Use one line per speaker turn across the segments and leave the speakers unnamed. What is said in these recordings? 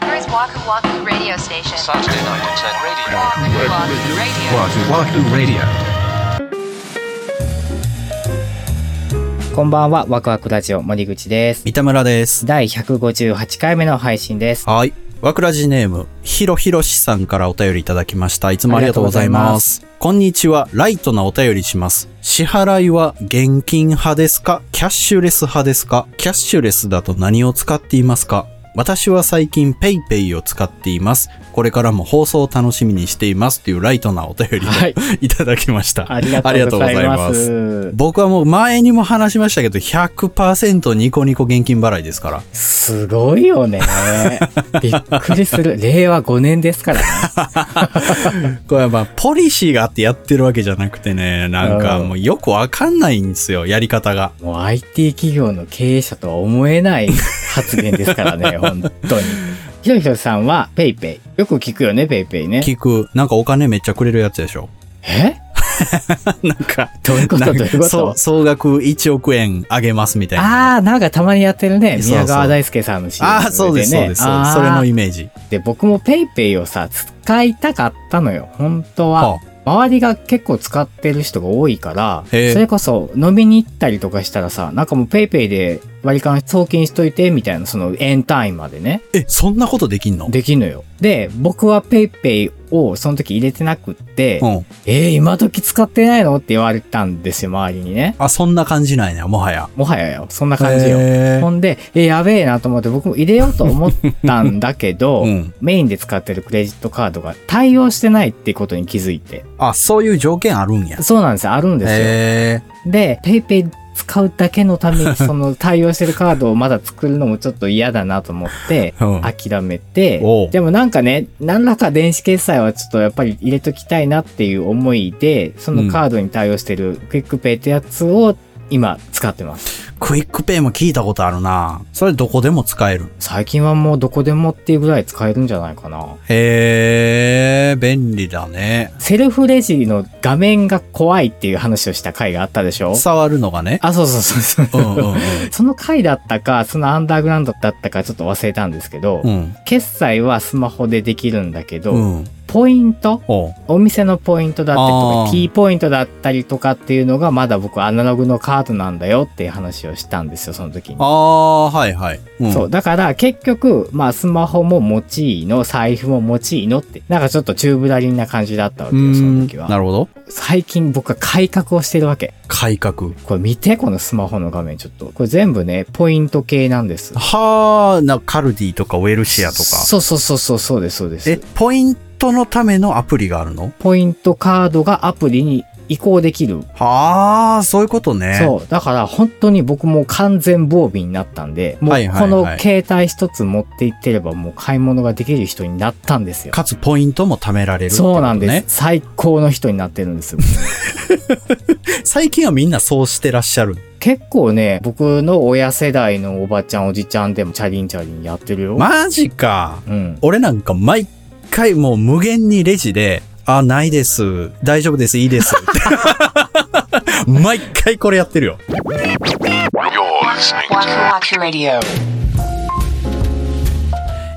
Waku Waku Radio Station.
Saturday night at 10 radio.
Waku Waku
Wahoo Wahoo
Radio.
Radio.
こんばんは、ワクワクラジオ森口です。
三田村です。
第158回目の配信です。
はい。わくらじネーム、ひろひろしさんからお便りいただきました。いつもありがとうございます。こんにちは。ライトなお便りします。支払いは現金派ですかキャッシュレス派ですかキャッシュレスだと何を使っていますか私は最近 PayPay を使っています。これからも放送を楽しみにしています。というライトなお便りを、
はい
い、ただきました。
ありがとうございま
ありがとうございます
す。
僕はもう前にも話しましたけど、100%ニコニコ現金払いですから。
すごいよ ね。びっくりする。令和5年ですからね。
これはまあ、ポリシーがあってやってるわけじゃなくてね、なんかもうよくわかんないんですよ、やり方が。
もう IT 企業の経営者とは思えない発言ですから ね、本当に。ひろひろさんは PayPay。よく聞くよね、PayPay ね。
聞く、なんかお金めっちゃくれるやつでしょ。
え
なんか、
どういうこと
なんか
どういうこと
そう総額1億円あげますみたいな。
ああ、なんかたまにやってるね。
そうそう
宮川大輔さんの CM
ああ、そうです、そうです。そうですそれのイメージ。
で僕も PayPay をさ使いたかったのよ本当は、
は
周りが結構使ってる人が多いからそ
へえ
れこそ飲みに行ったりとかしたらさなんかもう PayPay で割り勘送金しといてみたいなその円単位までね
え、そんなことできんの
できんのよで僕は PayPay をその時入れてなくって「
うん。
えー、今時使ってないの?」って言われたんですよ周りにね
あ、そんな感じなんや、もはや。
もはやよそんな感じよ
へ
ほ
ー
んで、え、やべえなと思って僕も入れようと思ったんだけど、
うん
メインで使ってるクレジットカードが対応してないってことに気づいて。
あ、そういう条件あるんや。
そうなんですよ。あるんですよ。
へー
で、PayPay 使うだけのため に、その対応してるカードをまだ作るのもちょっと嫌だなと思って、
うん
諦めて
おう、
でもなんかね、何らか電子決済はちょっとやっぱり入れときたいなっていう思いで、そのカードに対応してるクイックペイってやつを今使ってます。
クイックペイも聞いたことあるな。それどこでも使える。
最近はもうどこでもっていうぐらい使えるんじゃないかな。
へえ、便利だね。
セルフレジの画面が怖いっていう話をした回があったでしょ
触るのがね。
あ、そうそうそうそうう。
んうんうん。
その回だったか、そのアンダーグラウンドだったかちょっと忘れたんですけど、
うん。
決済はスマホでできるんだけど、
うん。
ポイント
おう
お店のポイントだったりと
あ
か、
ー
T ポイントだったりとかっていうのがまだ僕アナログのカードなんだよっていう話をしたんですよ、その時に
あ。あ、はいはい。うん、
そう。だから結局、まあスマホも用いいの、財布も用いいのって、なんかちょっとチューブラリンな感じだったわ
う
け
ー
よ、その
ん
時は。
なるほど。
最近僕は改革をしてるわけ。
改革。
これ見て、このスマホの画面ちょっと。これ全部ね、ポイント系なんです。
はあ、な、カルディとかウェルシアとか。
そうそうそうそう、そうです、そうで
え
す。、
ポイントのためのアプリがあるの
ポイントカードがアプリに移行できる。
はあ、そういうことね。
そう。だから本当に僕もう完全防備になったんで、もう
はいはい
この
はい
携帯一つ持っていってればもう買い物ができる人になったんですよ。
かつ、ポイントも貯められるってこと、ね。
そうなんです。最高の人になってるんですよ。
最近はみんなそうしてらっしゃる。
結構ね、僕の親世代のおばちゃん、おじちゃんでもチャリンチャリンやってるよ。
マジか。
うん。
俺なんか毎回もう無限にレジで、あ、ないです。大丈夫です。いいです。 って毎回これやってるよ。
You're listening
Waku
to
Waku Radio.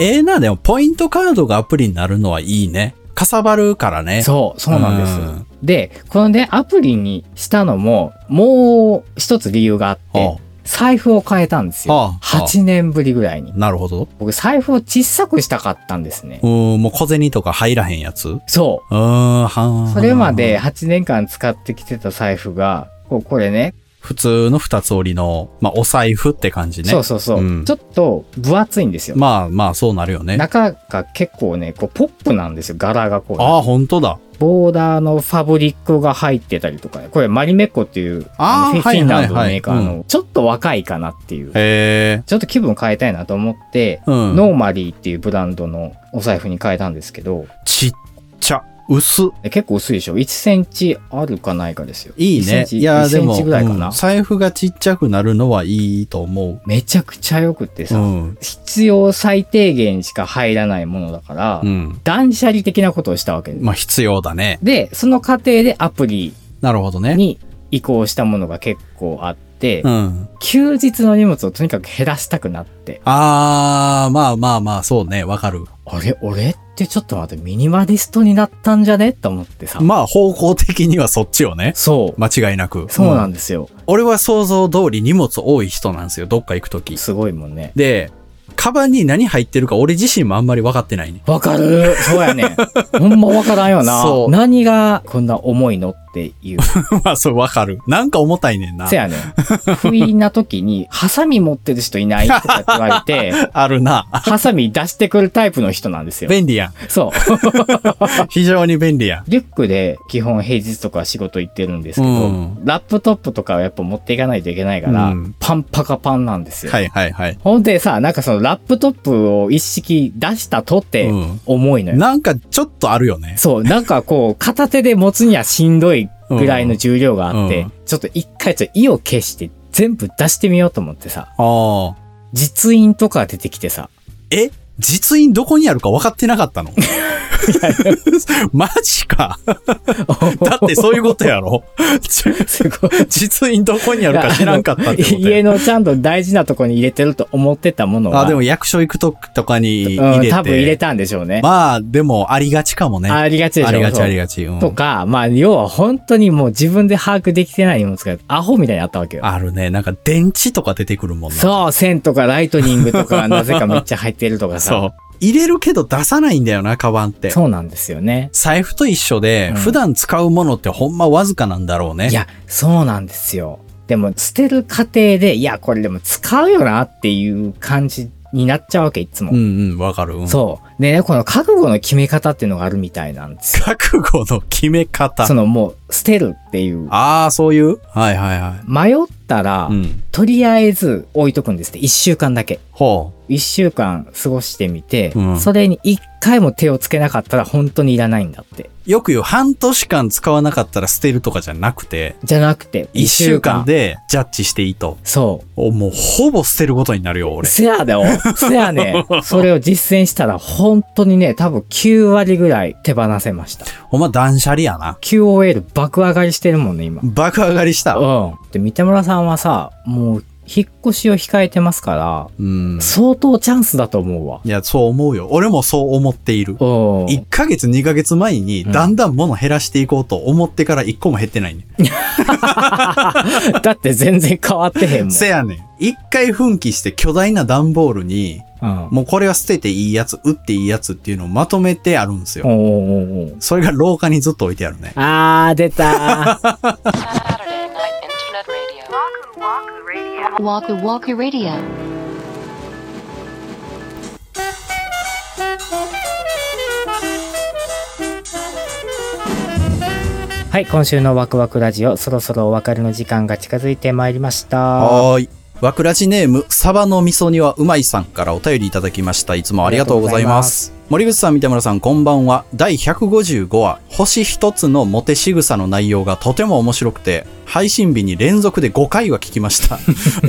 ええな、でも、ポイントカードがアプリになるのはいいね。かさばるからね。
そう、そうなんです
うん
で、このね、アプリにしたのも、もう一つ理由があって
は、
財布を変えたんです
は
よ。
あはあ
8年ぶりぐらいに。
なるほど。
僕、財布を小さくしたかったんですね
う。ーん、もう小銭とか入らへんやつう
そ
ーん、は
う。それまで。8年間使ってきてた財布が、こうこれね、
普通の二つ折りの、まあ、お財布って感じね。
そうそうそう、
うん
ちょっと分厚いんですよ。
まあまあ、そうなるよね。
中が結構ね、こうポップなんですよ、柄がこう。
ああ、本当だ。
ボーダーのファブリックが入ってたりとかね、これマリメッコっていう
あ
あ
ー
のフィ
はい
フィンランドの
はいはい
メーカーの、ちょっと若いかなっていう、
へえ。
ちょっと気分変えたいなと思って、
うん。
ノーマリーっていうブランドのお財布に変えたんですけど、
ちっちゃ。薄。
で結構薄いでしょ ?1 センチあるかないかですよ。
いい
1セン
ね。
チ
いや、
1
で
セン
も、
チぐらいかな。
うん財布がちっちゃくなるのはいいと思
めちゃくちゃ良くって
う。う
さ、
ん。
必要最低限しか入らないものだから、
うん。
断捨離的なことをしたわけです。
まあ、必要だね。
で、その過程でアプリ
なるほどね。
に移行したものが結構あっって、
うん。
休日の荷物をとにかく減らしたくなって、
あー、まあまあまあ、そうね、わかる。
あれ、俺ってちょっと待って、ミニマリストになったんじゃねと思ってさ。
まあ、方向的にはそっちよね。
そう。
間違いなく。
そうなんんですよ。
俺は想像通り荷物多い人なんですよ、どっか行くとき。
すごいもんね。
で、カバンに何入ってるか俺自身もあんまり分かってないね。
わかる。そうやね。ほんまわからんよな
そ。う
何がこんな重いのっていう。
まあ、それ分かる。なんか重たいねんな
せ。やね。不意な時に、ハサミ持ってる人いないとかって言われ て、
あるな。
ハサミ出してくるタイプの人なんですよ。
便利やん。
そう。
非常に便利やん。
リュックで基本平日とか仕事行ってるんですけど、
うん
ラップトップとかはやっぱ持っていかないといけないから、
うん
パンパカパンなんですよ。
はいはいはい。
ほんでさ、なんかそのラップトップを一式出したとって
うん
重いのよ。
なんかちょっとあるよね。
そう、なんかこう、片手で持つにはしんどいぐらいの重量があって、
うん
ちょっと一回ちょっと意を消して全部出してみようと思ってさ、
ああ。
実印とか出てきてさ、
え実印どこにあるか分かってなかったの マ ジか。だってそういうことやろ。 ち
すごい。
実印どこにあるか知らんかったってこと
家
や。
のちゃんと大事なとこに入れてると思ってたものは、
あ、でも役所行くととかに入れ
う
て。
ん、多分入れたんでしょうね。
まあ、でもありがちかもね。
ありがちでしょ
ありがち
そう
ありがち。うん
とか、まあ、要は本当にもう自分で把握できてない荷物がアホみたいにあったわけよ。
あるね。なんか電池とか出てくるもんな。
そう、線とかライトニングとかがなぜかめっちゃ入ってるとかさ。
そう。入れるけど出さないんだよな、カバンって。
そうなんですよね。
財布と一緒で、
うん
普段使うものってほんまわずかなんだろうね。
いや、そうなんですよ。でも、捨てる過程で、いや、これでも使うよなっていう感じになっちゃうわけ、いつも。
うんうん、わかる。うん
そう。でね、この覚悟の決め方っていうのがあるみたいなんですよ。
覚悟の決め方。
そのもう、捨てるっていう。
ああ、そういうはいはいは
迷ったら、
い。うん。
とりあえず置いとくんですって、一週間だけ。
ほ
一週間過ごしてみて、
うん
それに一回も手をつけなかったら本当にいらないんだって。
う。よく言う、半年間使わなかったら捨てるとかじゃなくて、
じゃなくて、
一週間。でジャッジしていいと。
そ
おもうほぼ捨てることになるよ、
う。
俺。
せやだよ。せやね。 それを実践したら本当にね、多分9割ぐらい手放せました。
ほんま断捨離やな。
QOL 爆上がりしてるもんね、今。う
爆上がりした。
ん。で、三田村さんはさ、もう、引っ越しを控えてますから、
うん。
相当チャンスだと思うわ。
いや、そう思うよ。俺もそう思っている。
うん。
1ヶ月、2ヶ月前に、
うん
だんだん物減らしていこうと思ってから1個も減ってないね。
だって全然変わってへんもん。
せやねん。一回奮起して巨大な段ボールに、
うん。
もうこれは捨てていいやつ、売っていいやつっていうのをまとめてあるんです
おう
よ。
おうおうおう
それが廊下にずっと置いてあるね。
あー、出た ー。
Saturday night internet radio. Waku Waku Radio.
はい、今週のワクワクラジオ、そろそろお別れの時間が近づいてまいりました。
はーい。わくらじネーム、サバの味噌煮はうまいさんからお便りいただきました。いつもありがとうございます。森口さん、三田村さん、こんばんは。第155話、星一つのモテ仕草の内容がとても面白くて、配信日に連続で5回は聞きま した。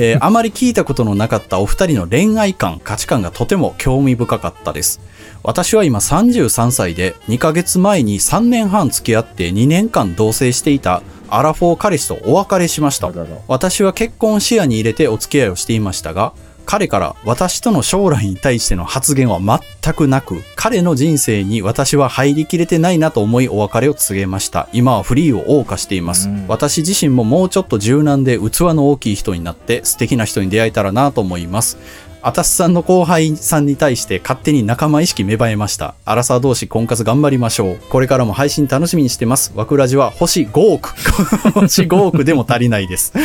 えーあまり聞いたことのなかったお二人の恋愛観、価値観がとても興味深かったです。私は今33歳で、2ヶ月前に3年半付き合って2年間同棲していたアラフォー彼氏とお別れしました
あ。らら
私は結婚を視野に入れてお付き合いをしていましたが彼から私との将来に対しての発言は全くなく彼の人生に私は入りきれてないなと思いお別れを告げました今はフリーを謳歌しています、
うん
私自身ももうちょっと柔軟で器の大きい人になって素敵な人に出会えたらなと思いますあたしさんの後輩さんに対して勝手に仲間意識芽生えました。アラサー同士婚活頑張りましょう。これからも配信楽しみにしてます。わくらじは星5億。 星5億でも足りないです。
それ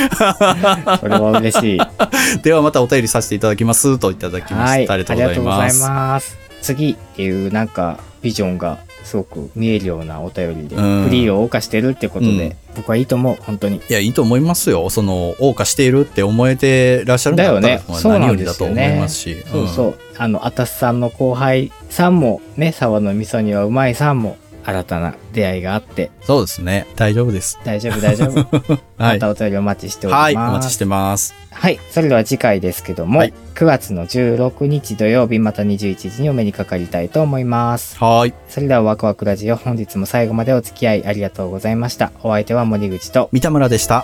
は嬉しい。
ではまたお便りさせていただきますといただきました。
はい、
ありがとうござ
あ
い
りが
ま
とうご
す。
ざいます次っていうなんかビジョンがすごく見えるようなお便りで、
うん
フリーを謳歌してるってことで、僕はいいと思う、本当に。
いや、いいと思いますよ。その、謳歌しているって思えてらっしゃるんだったら、
だよね
まあ
そう
何
な
よ
ん
り
で
だ
す
と
よね
思いますし。
そうそうう。あの、あたすさんの後輩さんも、ね、沢の味噌にはうまいさんも、新たな出会いがあって、
ん。そうですね。大丈夫です。
大丈夫大 丈夫。
は
ま
い。
たお便りお待ちしております。
はい。お待ちしてます。
はい、それでは次回ですけども、
はい
9月の16日土曜日また21時にお目にかかりたいと思います。
はい。
それではワクワクラジオ本日も最後までお付き合いありがとうございました。お相手は森口と
三田村でした。